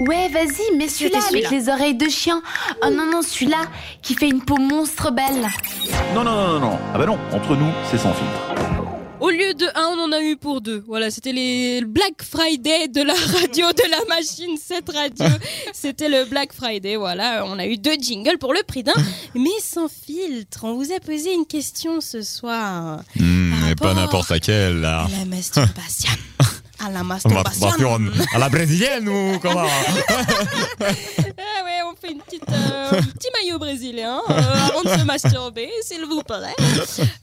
Ouais, vas-y, mais celui-là C'était avec celui-là. les oreilles de chien. Oh non, non, celui-là qui fait une peau monstre belle. Non, non, non, non, non. Ah bah non, entre nous, c'est sans filtre. Au lieu de un, on en a eu pour deux. Voilà, c'était les le Black Friday de la radio, de la machine, cette radio. c'était le Black Friday, voilà. On a eu deux jingles pour le prix d'un, mais sans filtre. On vous a posé une question ce soir. Hmm, Par mais pas rapport- n'importe laquelle, là. À la masturbation. À la masturbation. Masturbation à la brésilienne ou comment Ah ouais, on fait une petite, euh, un petit maillot brésilien euh, avant de se masturber, s'il vous plaît.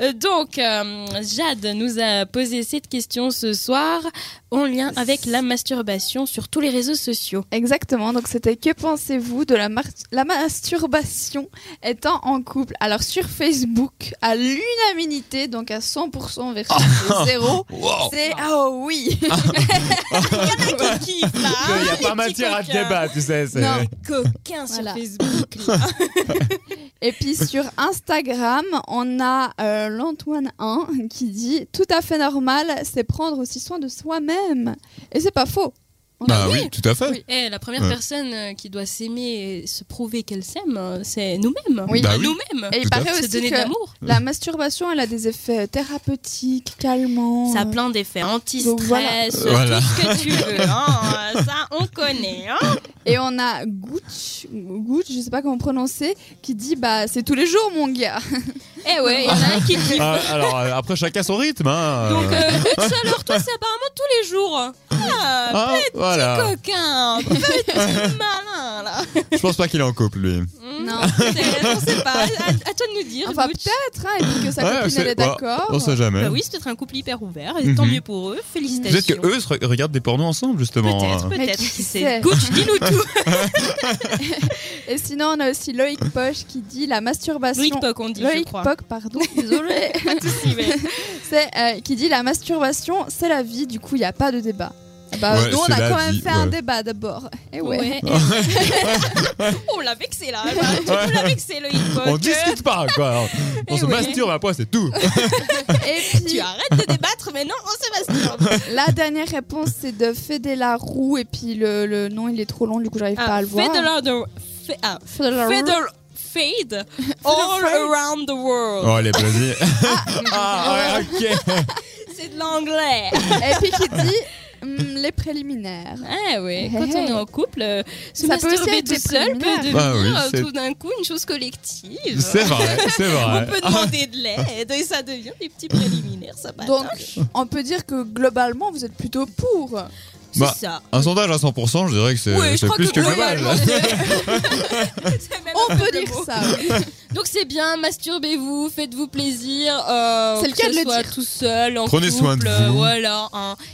Euh, donc, euh, Jade nous a posé cette question ce soir en lien avec la masturbation sur tous les réseaux sociaux. Exactement, donc c'était que pensez-vous de la, mar- la masturbation étant en couple Alors sur Facebook, à l'unanimité, donc à 100% versus Oh. 0, Wow. c'est ah oh oui Qui kiffe, là, hein, Il n'y a les pas petits matière à coquins. débat, tu sais. c'est- Non. Coquin sur Voilà. Facebook. là. Et puis sur Instagram, on a euh, l'Antoine 1 qui dit Tout à fait normal, c'est prendre aussi soin de soi-même. Et c'est pas faux. On a- Bah oui, tout à fait. Oui. Eh, la première Ouais. personne euh, qui doit s'aimer et se prouver qu'elle s'aime, euh, c'est nous-mêmes. Oui. Bah oui. Nous-mêmes. Et Tout il à paraît Se aussi donner que de l'amour. la masturbation, elle a des effets thérapeutiques, calmants. Ça a plein d'effets Donc, voilà. anti-stress, Voilà. tout ce que tu veux. hein. Ça, on connaît. hein. Et on a Gooch, Gooch, je sais pas comment prononcer, qui dit bah c'est tous les jours mon gars. Eh ouais, il y en a un qui kiffe. Ah, alors, euh, après, chacun son rythme. Hein. Donc, Euh, euh, Hutch, alors toi, c'est apparemment tous les jours. Ah, ah, voilà. coquin, petit malin, là. Je pense pas qu'il est en couple, lui. Hmm, Non. peut-être, On sait pas. À, à toi de nous dire. Enfin Butch. peut-être, hein, et puis que sa Ouais, copine c'est- elle est bah, d'accord. On sait jamais. Bah oui, c'est peut-être un couple hyper ouvert. Et tant Mhm. mieux pour eux. Félicitations. Peut-être que eux se re- regardent des pornos ensemble, justement. Peut-être, Euh, peut-être. Mais Qui qui sait sait Coach, dis-nous tout. Et sinon on a aussi Loïc Poche qui dit la masturbation. Loïc Poc, on dit, je Loïc crois. Poc, pardon, désolé. Pas de soucis, mais- c'est euh, qui dit la masturbation c'est la vie. Du coup il n'y a pas de débat. Bah, Ouais, nous on c'est a la quand même vie, fait un ouais. débat d'abord. Et ouais. Ouais. eh. on l'a vexé là. Voilà, tu Ouais. peux la vexer, Loïc Poc. On discute pas, quoi. On Eh se ouais. masturbe à poids, c'est tout. Et Tu puis arrêtes de débattre oh, maintenant, on se masturbe. la dernière réponse c'est de Fedela Roux et puis le, le nom il est trop long du coup Ah, j'arrive pas à le voir. Federer de- Fe- ah, Fedela Roux. Federer- Fade all around the world. Oh, les plaisirs. Ah, ouais, ok. C'est de l'anglais. Et puis qui dit hum, les préliminaires. Ah ouais, Hey. quand on est en couple, euh, se Ça peut aussi masturber être tout des seul peut préliminaires. devenir Bah oui, euh, c'est- tout d'un coup une chose collective. C'est vrai, c'est On vrai. peut demander de l'aide et ça devient des petits préliminaires, ça va. Bah, Donc, on peut dire que globalement, vous êtes plutôt pour. c'est bah, ça. Un sondage à 100%, je dirais que c'est Oui, je c'est crois plus que, oui, global. alors, c'est- c'est même On un peut double dire mot. ça. oui. Donc c'est bien, masturbez-vous, faites-vous plaisir. euh, C'est le que cas ce de le soit dire. tout seul, en Prenez couple, soin de euh, vous. Voilà,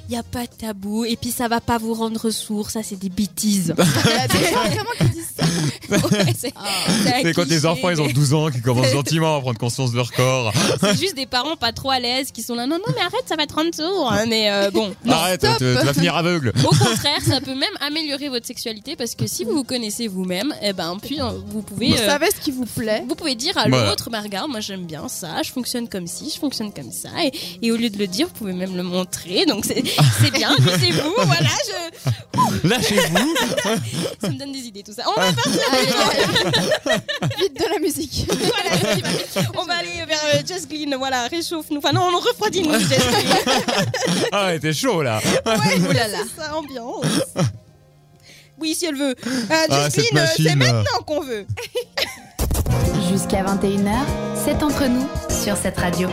il n'y a pas de tabou. Et puis ça va pas vous rendre sourd, ça c'est des bêtises. Il y a des gens vraiment qui disent ça. Ouais, c'est un C'est quand cliché. les enfants, ils ont 12 ans, qui commencent gentiment à prendre conscience de leur corps. C'est juste des parents pas trop à l'aise qui sont là. Non, non, mais arrête, ça va te rendre sourd. hein, Mais euh, bon, Arrête, tu, tu vas finir aveugle. Au contraire, ça peut même améliorer votre sexualité parce que si vous vous connaissez vous-même, eh ben, puis euh, vous pouvez. Bah, Vous euh, savez ce qui vous plaît. vous pouvez dire à Voilà. l'autre, bah, regarde, moi j'aime bien ça, je fonctionne comme ci, je fonctionne comme ça. Et, et au lieu de le dire, vous pouvez même le montrer. Donc c'est c'est bien, c'est vous, voilà, je, Lâchez-vous. ça me donne des idées, tout ça. Ah. On va, pas- Allez, allez. Ah, Vite de la musique. voilà, c'est parti. on va aller vers euh, Just Green, voilà, réchauffe-nous. Enfin, non, on refroidit nous, Just Green. Ah ouais, t'es chaud là. Ouh là là. C'est ça, ambiance. Oui, si elle veut. Euh, Ah, Just cette Green, euh, c'est machine. maintenant qu'on veut. Jusqu'à 21h, c'est entre nous sur cette radio.